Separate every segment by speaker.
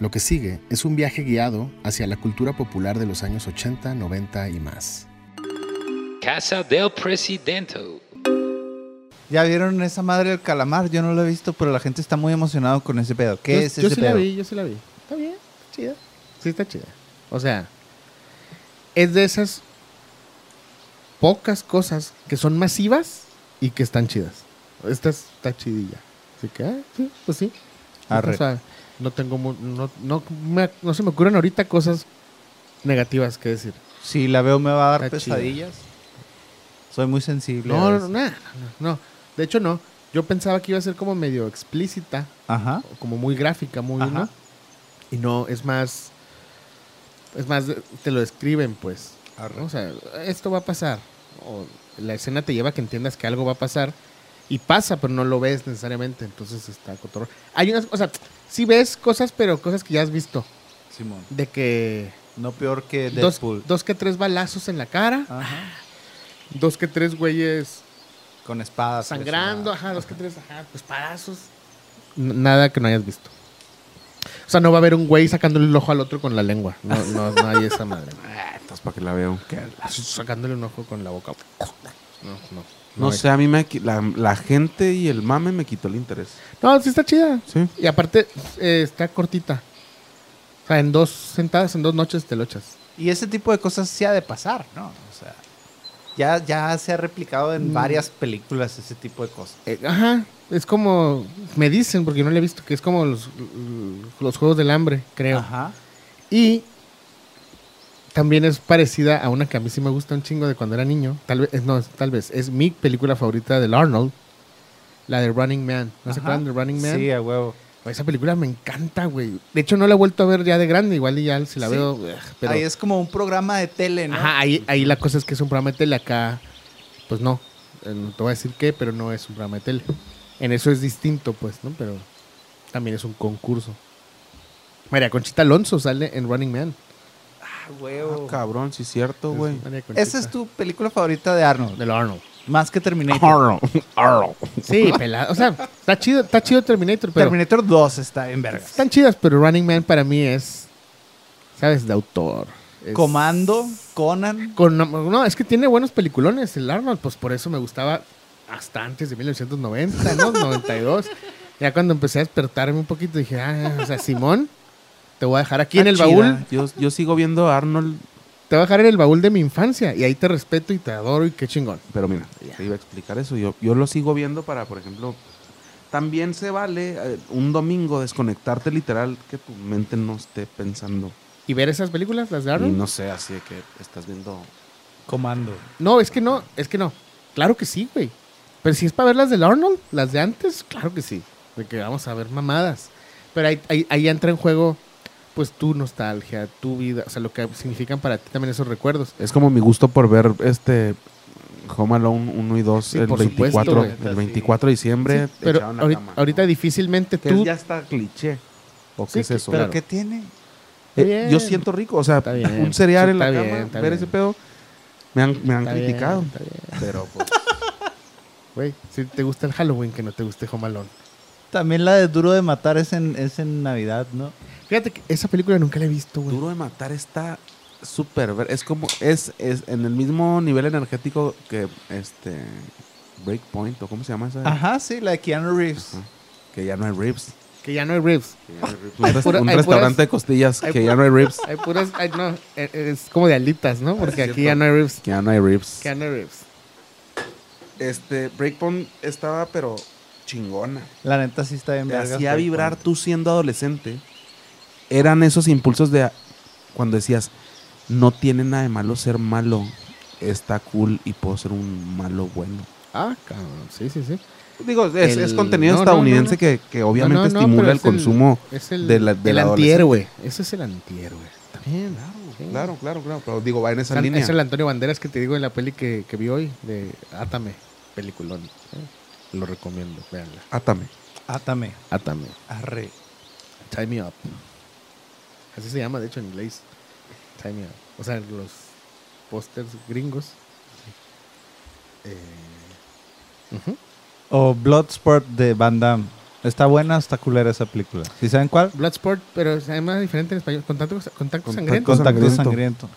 Speaker 1: Lo que sigue es un viaje guiado hacia la cultura popular de los años 80, 90 y más.
Speaker 2: Casa del Presidente.
Speaker 3: Ya vieron esa madre del calamar, yo no lo he visto, pero la gente está muy emocionada con ese pedo. ¿Qué
Speaker 4: yo,
Speaker 3: es
Speaker 4: yo
Speaker 3: ese
Speaker 4: sí
Speaker 3: pedo?
Speaker 4: la vi, yo sí la vi. Está bien, está chida. Sí, está chida. O sea, es de esas pocas cosas que son masivas y que están chidas. Esta está chidilla. Así que, ah, sí, pues sí.
Speaker 3: Arre.
Speaker 4: O sea, no tengo, mu- no, no, me- no se me ocurren ahorita cosas negativas que decir.
Speaker 3: Si la veo me va a dar
Speaker 4: Está chida.
Speaker 3: pesadillas. Soy muy sensible.
Speaker 4: No,
Speaker 3: a
Speaker 4: no,
Speaker 3: eso.
Speaker 4: nah, no, no. De hecho, no. Yo pensaba que iba a ser como medio explícita,
Speaker 3: Ajá.
Speaker 4: como muy gráfica, muy,
Speaker 3: Ajá.
Speaker 4: ¿no? Y no, es más, es más, te lo describen, pues. O sea, esto va a pasar. O la escena te lleva a que entiendas que algo va a pasar y pasa, pero no lo ves necesariamente. Entonces está cotorro. Hay unas, o sea, sí ves cosas, pero cosas que ya has visto.
Speaker 3: Simón.
Speaker 4: De que
Speaker 3: No peor que
Speaker 4: dos,
Speaker 3: Deadpool. Ah.
Speaker 4: dos que tres balazos en la cara,
Speaker 3: Ajá.
Speaker 4: dos que tres güeyes
Speaker 3: Con espadas.
Speaker 4: sangrando, ajá, dos que tres, ajá, pues palazos. Nada que no hayas visto. O sea, no va a haber un güey sacándole el ojo al otro con la lengua. No, no, no hay esa madre.
Speaker 5: Entonces, para que la veo.
Speaker 4: Sacándole un ojo con la boca. No, no.
Speaker 5: No
Speaker 4: hay.
Speaker 5: sé, a mí me, qui- la, la gente y el mame me quitó el interés.
Speaker 4: No, sí está chida.
Speaker 5: Sí.
Speaker 4: Y aparte, eh, está cortita. O sea, en dos sentadas, en dos noches te lo echas.
Speaker 3: Y ese tipo de cosas sí ha de pasar, ¿no? O sea, ya, ya se ha replicado en
Speaker 4: Mm.
Speaker 3: varias películas ese tipo de cosas.
Speaker 4: Eh, ajá, es como. Me dicen, porque no le he visto, que es como los, los juegos del hambre, creo.
Speaker 3: Ajá.
Speaker 4: Y también es parecida a una que a mí sí me gusta un chingo de cuando era niño. Tal vez, es- no, es- tal vez. Es mi película favorita del Arnold. La de Running Man. ¿No se
Speaker 3: Ajá.
Speaker 4: acuerdan de Running Man?
Speaker 3: Sí, a huevo.
Speaker 4: Esa película me encanta, güey. De hecho, no la he vuelto a ver ya de grande. Igual y ya si la
Speaker 3: Sí.
Speaker 4: veo... ugh, Pero,
Speaker 3: Ahí es como un programa de tele, ¿no?
Speaker 4: Ajá, ahí, ahí la cosa es que es un programa de tele. Acá, pues no. Eh, No te voy a decir qué, pero no es un programa de tele. En eso es distinto, pues, ¿no? Pero también es un concurso. María Conchita Alonso sale en Running Man.
Speaker 3: Ah,
Speaker 5: Ah,
Speaker 3: huevo.
Speaker 5: cabrón, sí es cierto,
Speaker 4: Es
Speaker 5: güey.
Speaker 4: María Conchita.
Speaker 3: Esa es tu película favorita de Arnold.
Speaker 4: Del Arnold.
Speaker 3: Más que Terminator.
Speaker 5: Arnold, Arnold.
Speaker 4: Sí, pelado. O sea, está chido, está chido Terminator, pero.
Speaker 3: Terminator 2 está en verga.
Speaker 4: Están chidas, pero Running Man para mí es. ¿Sabes? De autor. Es-
Speaker 3: Comando, Conan.
Speaker 4: Con, no, es que tiene buenos peliculones el Arnold, pues por eso me gustaba hasta antes de 1990, ¿no? 92. Ya cuando empecé a despertarme un poquito dije, ah, o sea, Simón, te voy a dejar aquí en el
Speaker 3: Está
Speaker 4: baúl.
Speaker 3: chida.
Speaker 5: Ah, Yo, yo sigo viendo a Arnold,
Speaker 4: Te voy a dejar en el baúl de mi infancia y ahí te respeto y te adoro y qué chingón.
Speaker 5: pero mira, te iba a explicar eso. Yo, yo lo sigo viendo para, por ejemplo, también se vale eh, un domingo desconectarte literal que tu mente no esté pensando.
Speaker 4: ¿Y ver esas películas, las de
Speaker 5: Y
Speaker 4: Arnold?
Speaker 5: no sé, así de que estás viendo.
Speaker 3: Comando.
Speaker 4: No, es que no, es que no. Claro que sí, güey. Pero si es para ver las del Arnold, las de antes, claro que sí. De que vamos a ver mamadas. Pero ahí, ahí, ahí entra en juego, pues, tu nostalgia, tu vida, o sea, lo que significan para ti también esos recuerdos.
Speaker 5: Es como mi gusto por ver este Home Alone 1 y 2
Speaker 4: Sí,
Speaker 5: el,
Speaker 4: por supuesto,
Speaker 5: 24,
Speaker 4: güey.
Speaker 5: el 24 de diciembre.
Speaker 4: Sí, pero
Speaker 5: echado en la
Speaker 4: ahorita,
Speaker 5: cama,
Speaker 4: ahorita
Speaker 5: ¿no?
Speaker 4: difícilmente
Speaker 5: Que
Speaker 4: tú...
Speaker 5: ya está cliché. ¿O qué
Speaker 4: Sí,
Speaker 5: es
Speaker 4: que-
Speaker 5: eso?
Speaker 3: ¿Pero
Speaker 4: Claro.
Speaker 3: qué tiene?
Speaker 5: Eh,
Speaker 4: Bien.
Speaker 5: yo siento rico, o sea,
Speaker 4: Está bien,
Speaker 5: un cereal
Speaker 4: sí,
Speaker 5: en la
Speaker 4: está
Speaker 5: cama,
Speaker 4: bien, está
Speaker 5: ver
Speaker 4: bien.
Speaker 5: ese pedo, me han, me han
Speaker 4: Está bien,
Speaker 5: criticado.
Speaker 4: está bien.
Speaker 5: Pero pues,
Speaker 4: Güey, si te gusta el Halloween, que no te guste Home Alone.
Speaker 3: También la de Duro de Matar es en, es en Navidad, ¿no?
Speaker 4: Fíjate que esa película nunca la he visto, güey.
Speaker 5: duro de matar está súper ver- es como es, es en el mismo nivel energético que este Breakpoint o cómo se llama esa
Speaker 3: Ajá, sí, la de Keanu Reeves.
Speaker 5: Ajá. que ya no hay ribs,
Speaker 4: Que ya no hay ribs.
Speaker 5: que ya no hay ribs. un, res-
Speaker 4: pura-
Speaker 5: un
Speaker 4: hay
Speaker 5: restaurante
Speaker 4: puras-
Speaker 5: de costillas
Speaker 4: hay
Speaker 5: que
Speaker 4: pura-
Speaker 5: ya no hay ribs
Speaker 4: Hay puras... hay- no, eh, eh, es como de alitas, ¿no? Porque aquí ya no hay ribs.
Speaker 5: que ya no hay ribs
Speaker 4: Que ya no hay ribs.
Speaker 5: este Breakpoint estaba pero chingona
Speaker 3: La neta sí está en
Speaker 5: te
Speaker 3: verga.
Speaker 5: hacía vibrar tú siendo adolescente, eran esos impulsos de cuando decías, no tiene nada de malo ser malo, está cool y puedo ser un malo bueno.
Speaker 4: Ah, cabrón. Sí, sí, sí.
Speaker 5: Digo, es,
Speaker 4: El-
Speaker 5: es contenido
Speaker 4: no, no,
Speaker 5: estadounidense
Speaker 4: no, no.
Speaker 5: Que, que obviamente
Speaker 4: No, no, no,
Speaker 5: estimula
Speaker 4: pero
Speaker 5: el
Speaker 4: es el-
Speaker 5: consumo.
Speaker 4: Es el,
Speaker 5: de la- de
Speaker 4: el
Speaker 5: la
Speaker 4: antihéroe. Eso es el antihéroe. También. Sí.
Speaker 5: Claro, claro, claro. Pero digo, va en esa
Speaker 4: San-
Speaker 5: línea.
Speaker 4: Es el Antonio Banderas que te digo en la peli que, que vi hoy, de Átame, peliculón. ¿eh? Lo recomiendo, véanla.
Speaker 5: Átame.
Speaker 3: Átame,
Speaker 4: Átame,
Speaker 3: arre.
Speaker 4: Tie Me Up. Así se llama, de hecho, en inglés. Tie Me Up. O sea, los pósters gringos. Eh, ujú.
Speaker 3: O Bloodsport de Van Damme. Está buena, está culera esa película. ¿Sí saben cuál?
Speaker 4: Bloodsport, pero es además diferente en español. Contacto, contacto
Speaker 5: Contacto.
Speaker 4: sangriento.
Speaker 3: Contacto
Speaker 5: Sangriento.
Speaker 3: sangriento.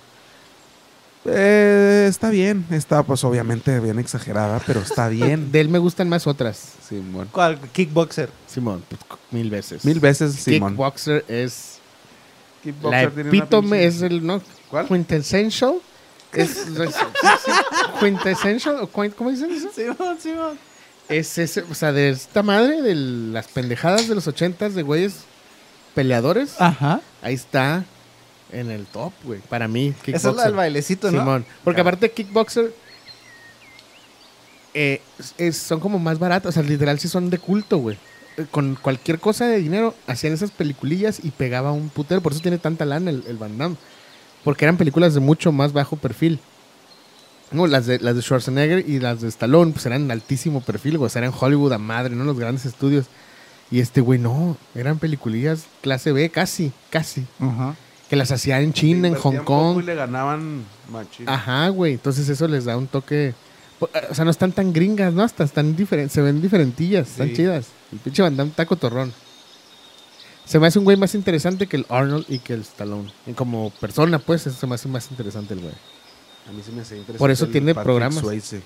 Speaker 5: Eh, está bien, está pues obviamente bien exagerada, pero está bien.
Speaker 4: De él me gustan más otras.
Speaker 5: Simón.
Speaker 3: ¿Cuál? Kickboxer.
Speaker 4: Simón, pues, c- mil veces.
Speaker 5: Mil veces Simón.
Speaker 4: Kickboxer es la epítome, es el, ¿no?
Speaker 5: ¿Cuál?
Speaker 4: Quintessential. Es, es- quintessential, o quint- ¿cómo dicen eso?
Speaker 3: Simón, Simón.
Speaker 4: Es ese, o sea, de esta madre, de las pendejadas de los ochentas de güeyes peleadores.
Speaker 3: Ajá.
Speaker 4: Ahí está en el top, güey, para mí.
Speaker 3: Esa es la
Speaker 4: Kickboxer.
Speaker 3: del bailecito, ¿no?
Speaker 4: Simón. Porque aparte Kickboxer eh, es- es- son como más baratas. O sea, literal sí son de culto, güey. Eh, Con cualquier cosa de dinero hacían esas peliculillas y pegaba un putero. Por eso tiene tanta lana el, el Van Damme. Porque eran películas de mucho más bajo perfil. No, las de, las de Schwarzenegger y las de Stallone, pues eran altísimo perfil, güey. O sea, eran Hollywood a madre, ¿no? Los grandes estudios. Y este, güey, no. Eran peliculillas clase B, casi, casi.
Speaker 3: Ajá.
Speaker 4: Que las hacían en China, en Hong Kong.
Speaker 5: Y le ganaban machín.
Speaker 4: Ajá, güey. Entonces eso les da un toque. po- eh, O sea, no están tan gringas, ¿no? Hasta están diferentes. Se ven diferentillas. Están
Speaker 5: Sí.
Speaker 4: chidas. El pinche Van Damme taco torrón. Se me hace un güey más interesante que el Arnold y que el Stallone. Y como persona, pues, eso se me hace más interesante el güey.
Speaker 5: A mí se me hace interesante
Speaker 4: Por eso
Speaker 5: el
Speaker 4: tiene
Speaker 5: Patrick
Speaker 4: programas.
Speaker 5: Swayze.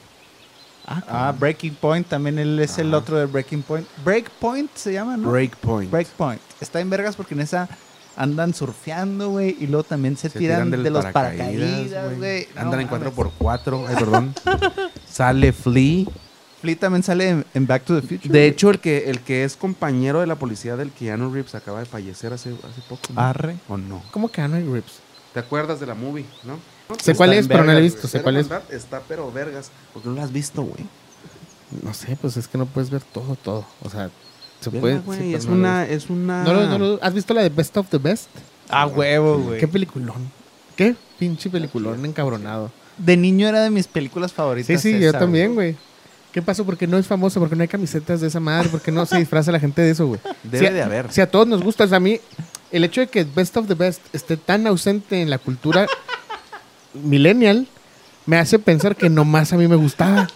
Speaker 3: Ah, Breaking Point también él es el
Speaker 5: Ajá.
Speaker 3: otro de Breaking Point. Breakpoint se llama, ¿no?
Speaker 5: Breakpoint.
Speaker 3: Breakpoint. Está en vergas porque en esa andan surfeando, güey, y luego también se,
Speaker 5: Se
Speaker 3: tiran,
Speaker 5: del
Speaker 3: de los paracaídas, güey.
Speaker 5: Andan en
Speaker 3: No mames.
Speaker 5: 4x4. Ay, perdón. Sale Flea.
Speaker 3: Flea también sale en, en Back to the Future.
Speaker 5: De hecho, el que, el que es compañero de la policía del Keanu Reeves acaba de fallecer hace, hace poco. ¿no?
Speaker 3: Arre.
Speaker 5: ¿O no?
Speaker 4: ¿Cómo que Arnold Grips?
Speaker 5: ¿Te acuerdas de la movie, no?
Speaker 4: Sé cuál
Speaker 3: Está
Speaker 4: es,
Speaker 3: en
Speaker 4: pero no la he
Speaker 3: vergas,
Speaker 4: visto. Sé cuál es.
Speaker 5: Está pero vergas. Porque no la has visto, güey.
Speaker 4: No sé, pues es que no puedes ver todo, todo. O sea, se puede.
Speaker 5: Verga,
Speaker 4: sí,
Speaker 5: güey,
Speaker 4: pero
Speaker 5: es,
Speaker 4: no lo he
Speaker 5: una,
Speaker 4: visto.
Speaker 5: es una...
Speaker 4: No lo- no lo- ¿Has visto la de Best of the Best?
Speaker 3: Ah, huevo, güey.
Speaker 4: Qué peliculón. Qué pinche peliculón encabronado.
Speaker 3: De niño era de mis películas favoritas.
Speaker 4: Sí, sí, yo
Speaker 3: esa,
Speaker 4: también, güey. ¿Qué pasó? Porque no es famoso, porque no hay camisetas de esa madre, porque no se disfraza la gente de eso, güey.
Speaker 5: Debe
Speaker 4: Si a-
Speaker 5: de haber.
Speaker 4: Si a todos nos gusta, o sea, a mí, el hecho de que Best of the Best esté tan ausente en la cultura millennial, me hace pensar que nomás a mí me gustaba.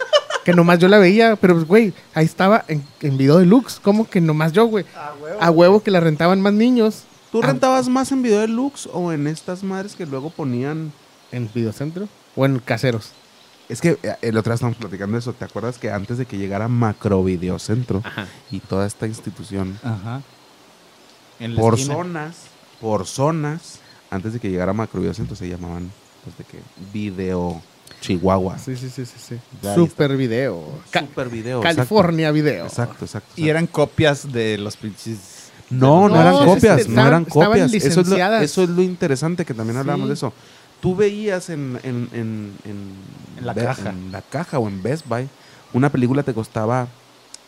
Speaker 4: Que nomás yo la veía, pero pues, güey, ahí estaba en, en video deluxe. ¿Cómo que nomás yo, güey? A huevo que la rentaban más niños
Speaker 5: ¿Tú
Speaker 4: Ah.
Speaker 5: rentabas más en video deluxe o en estas madres que luego ponían?
Speaker 4: en videocentro o en caseros.
Speaker 5: Es que eh, el otro día estábamos platicando de eso. ¿Te acuerdas que antes de que llegara Macro Video Centro
Speaker 4: Ajá.
Speaker 5: y toda esta institución,
Speaker 3: Ajá. En la
Speaker 5: por
Speaker 3: esquina.
Speaker 5: zonas, por zonas, antes de que llegara Macro Video Centro se llamaban, pues, de que Video Chihuahua.
Speaker 4: Sí, sí, sí, sí. sí.
Speaker 5: Ya ahí
Speaker 4: Super video. Ca-
Speaker 5: Super Video. exacto.
Speaker 4: California video.
Speaker 5: Exacto, exacto.
Speaker 3: Y eran copias de los pinches.
Speaker 5: No, no,
Speaker 4: No,
Speaker 5: eran
Speaker 4: sí,
Speaker 5: copias,
Speaker 4: sí,
Speaker 5: no
Speaker 4: estaban-
Speaker 5: eran
Speaker 4: estaban
Speaker 5: copias. Eso es, lo,
Speaker 4: licenciadas.
Speaker 5: eso es lo interesante que también hablábamos
Speaker 4: Sí.
Speaker 5: de eso. Tú veías en, en, en, en-
Speaker 3: En la
Speaker 5: Be-
Speaker 3: caja.
Speaker 5: en la caja o en Best Buy, una película te costaba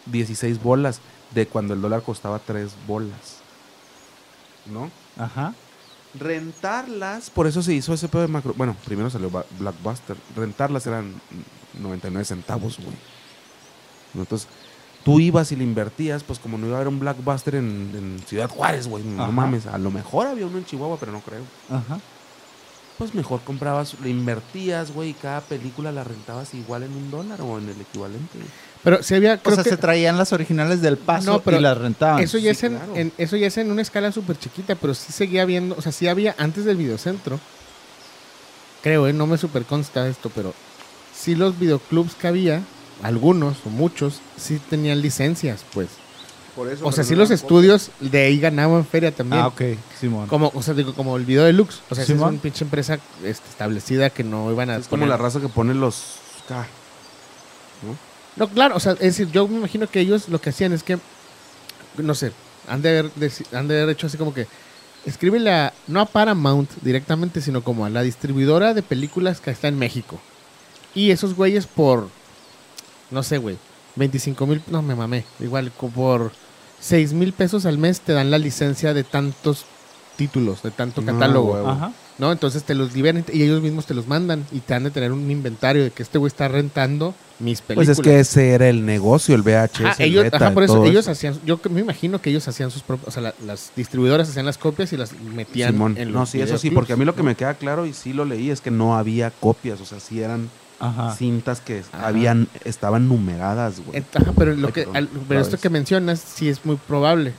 Speaker 5: 16 bolas de cuando el dólar costaba 3 bolas. ¿No?
Speaker 3: Ajá.
Speaker 5: Rentarlas, por eso se hizo ese pedo de macro. Bueno, primero salió Ba- Blockbuster. Rentarlas eran 99 centavos, güey. ¿No? Entonces, tú ibas y le invertías, pues como no iba a haber un Blockbuster en, en Ciudad Juárez, güey. No
Speaker 3: Ajá.
Speaker 5: mames, a lo mejor había uno en Chihuahua, pero no creo.
Speaker 3: Ajá.
Speaker 5: Pues mejor comprabas, le invertías, güey, y cada película la rentabas igual en un dólar o en el equivalente. güey.
Speaker 4: Pero si había,
Speaker 3: O
Speaker 4: creo
Speaker 3: sea,
Speaker 4: que
Speaker 3: se traían las originales del paso
Speaker 4: No, pero
Speaker 3: y las rentaban.
Speaker 4: eso ya
Speaker 5: sí,
Speaker 4: es en,
Speaker 5: claro.
Speaker 4: en- eso ya es en una escala súper chiquita, pero sí seguía viendo, o sea, sí había antes del videocentro. Creo, ¿eh? no me super consta esto, pero sí los videoclubs que había, algunos o muchos, sí tenían licencias, pues. o sea, sí los estudios de ahí ganaban feria también.
Speaker 3: Ah, ok, Simón.
Speaker 4: Como, o sea, digo, como el video deluxe. O sea, esa es
Speaker 3: Simón.
Speaker 4: una pinche empresa este, establecida que no iban a
Speaker 5: Es como
Speaker 4: poner-
Speaker 5: la raza que pone los. ah, K.
Speaker 4: No, claro, o sea, es decir, yo me imagino que ellos lo que hacían es que, no sé, han de haber, deci- han de haber hecho así como que, escríbele a, no a Paramount directamente, sino como a la distribuidora de películas que está en México. Y esos güeyes por, no sé, güey, 25 mil, no me mamé, igual co- por 6 mil pesos al mes te dan la licencia de tantos títulos, de tanto
Speaker 5: No,
Speaker 4: catálogo.
Speaker 5: güey.
Speaker 3: Ajá.
Speaker 4: ¿no? Entonces te los liberan y te- y ellos mismos te los mandan y te han de tener un inventario de que este güey está rentando mis películas.
Speaker 5: Pues es que ese era el negocio, el VHS.
Speaker 4: Ajá,
Speaker 5: el
Speaker 4: ellos,
Speaker 5: beta,
Speaker 4: ajá, por eso,
Speaker 5: todo
Speaker 4: ellos
Speaker 5: eso.
Speaker 4: hacían, yo que- me imagino que ellos hacían sus propios, o sea, la- las distribuidoras hacían las copias y las metían
Speaker 5: Simón.
Speaker 4: en los
Speaker 5: no, sí, eso sí,
Speaker 4: videoclips.
Speaker 5: porque a mí lo que me queda claro y sí lo leí es que no había copias, o sea, sí eran
Speaker 3: Ajá.
Speaker 5: cintas que
Speaker 4: Ah. Ajá.
Speaker 5: habían estaban numeradas, güey.
Speaker 4: Et- ajá, pero lo
Speaker 5: Ay,
Speaker 4: que,
Speaker 5: perdón,
Speaker 4: al-
Speaker 5: otra
Speaker 4: pero esto
Speaker 5: vez.
Speaker 4: que mencionas sí es muy probable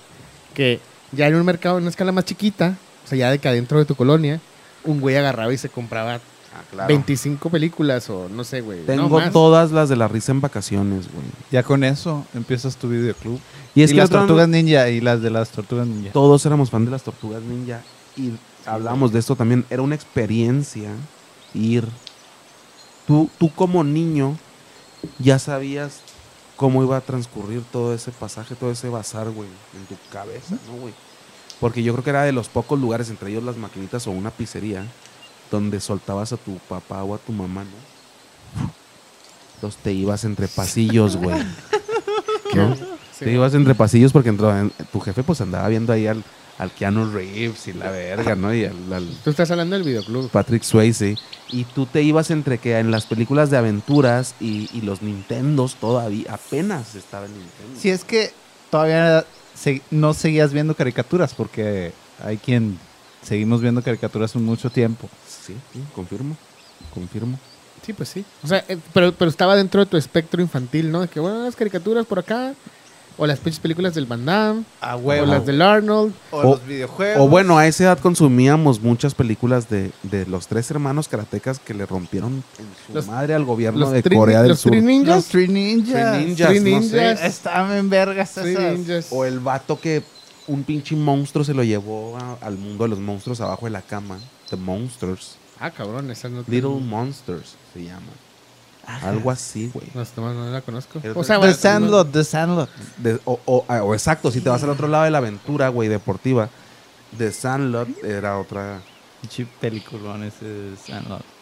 Speaker 4: que ya en un mercado en una escala más chiquita, o sea, ya de que adentro de tu colonia, un güey agarraba y se compraba
Speaker 5: Ah, claro.
Speaker 4: 25 películas o no sé, güey. no
Speaker 5: Tengo
Speaker 4: más.
Speaker 5: todas las de la risa en vacaciones, güey.
Speaker 3: Ya con eso empiezas tu videoclub.
Speaker 5: Y
Speaker 3: Y,
Speaker 5: es que
Speaker 3: las
Speaker 5: otra-
Speaker 3: tortugas ninja y las de las tortugas ninja.
Speaker 5: todos éramos fan de las tortugas ninja y hablamos de esto también. Era una experiencia ir. Tú, tú como niño ya sabías cómo iba a transcurrir todo ese pasaje, todo ese bazar, güey, en tu cabeza, ¿no, güey? Porque yo creo que era de los pocos lugares, entre ellos las maquinitas o una pizzería, donde soltabas a tu papá o a tu mamá, ¿no? Entonces te ibas entre pasillos, güey. ¿no?
Speaker 4: Sí,
Speaker 5: Te ibas entre pasillos porque entró- tu jefe pues andaba viendo ahí al, al Keanu Reeves y la verga, ¿no? Y al, al
Speaker 4: Tú estás hablando del videoclub.
Speaker 5: Patrick Swayze. Y tú te ibas entre que en las películas de aventuras y, y los Nintendos todavía, apenas estaba el Nintendo.
Speaker 3: Si es que todavía se- no seguías viendo caricaturas, porque hay quien seguimos viendo caricaturas un mucho tiempo.
Speaker 5: Sí, sí, confirmo, confirmo.
Speaker 4: Sí, pues sí. O sea, eh, pero, pero estaba dentro de tu espectro infantil, ¿no? De que, bueno, las caricaturas por acá, o las pinches películas del Van Damme,
Speaker 3: A
Speaker 4: o las del Arnold.
Speaker 3: O,
Speaker 5: los
Speaker 3: videojuegos.
Speaker 5: O bueno, a esa edad consumíamos muchas películas de, de los tres hermanos karatecas que le rompieron en su
Speaker 4: Los-
Speaker 5: madre al gobierno
Speaker 4: Los
Speaker 5: de
Speaker 4: Three-
Speaker 5: Corea del
Speaker 4: los
Speaker 5: Sur.
Speaker 4: Three
Speaker 3: Los
Speaker 4: Ninjas.
Speaker 3: Three Ninjas.
Speaker 5: Three Ninjas,
Speaker 4: Three
Speaker 5: no sé.
Speaker 4: Ninjas.
Speaker 3: Estaban en vergas
Speaker 4: Three
Speaker 3: esas.
Speaker 4: Ninjas.
Speaker 5: O el vato que un pinche monstruo se lo llevó a- al mundo de los monstruos abajo de la cama. The Monsters.
Speaker 4: Ah, cabrón, esa no
Speaker 5: Little Monsters se llama.
Speaker 3: Ah,
Speaker 5: Algo así, güey.
Speaker 4: No, no, no la conozco.
Speaker 5: Pero-
Speaker 4: O sea,
Speaker 3: The
Speaker 4: bueno, no-
Speaker 3: Sandlot, The Sandlot.
Speaker 5: De- O, o- ah, o exacto, si te vas al otro lado de la aventura, güey, deportiva. The Sandlot era otra.
Speaker 3: Pinche peliculón ese de Sandlot.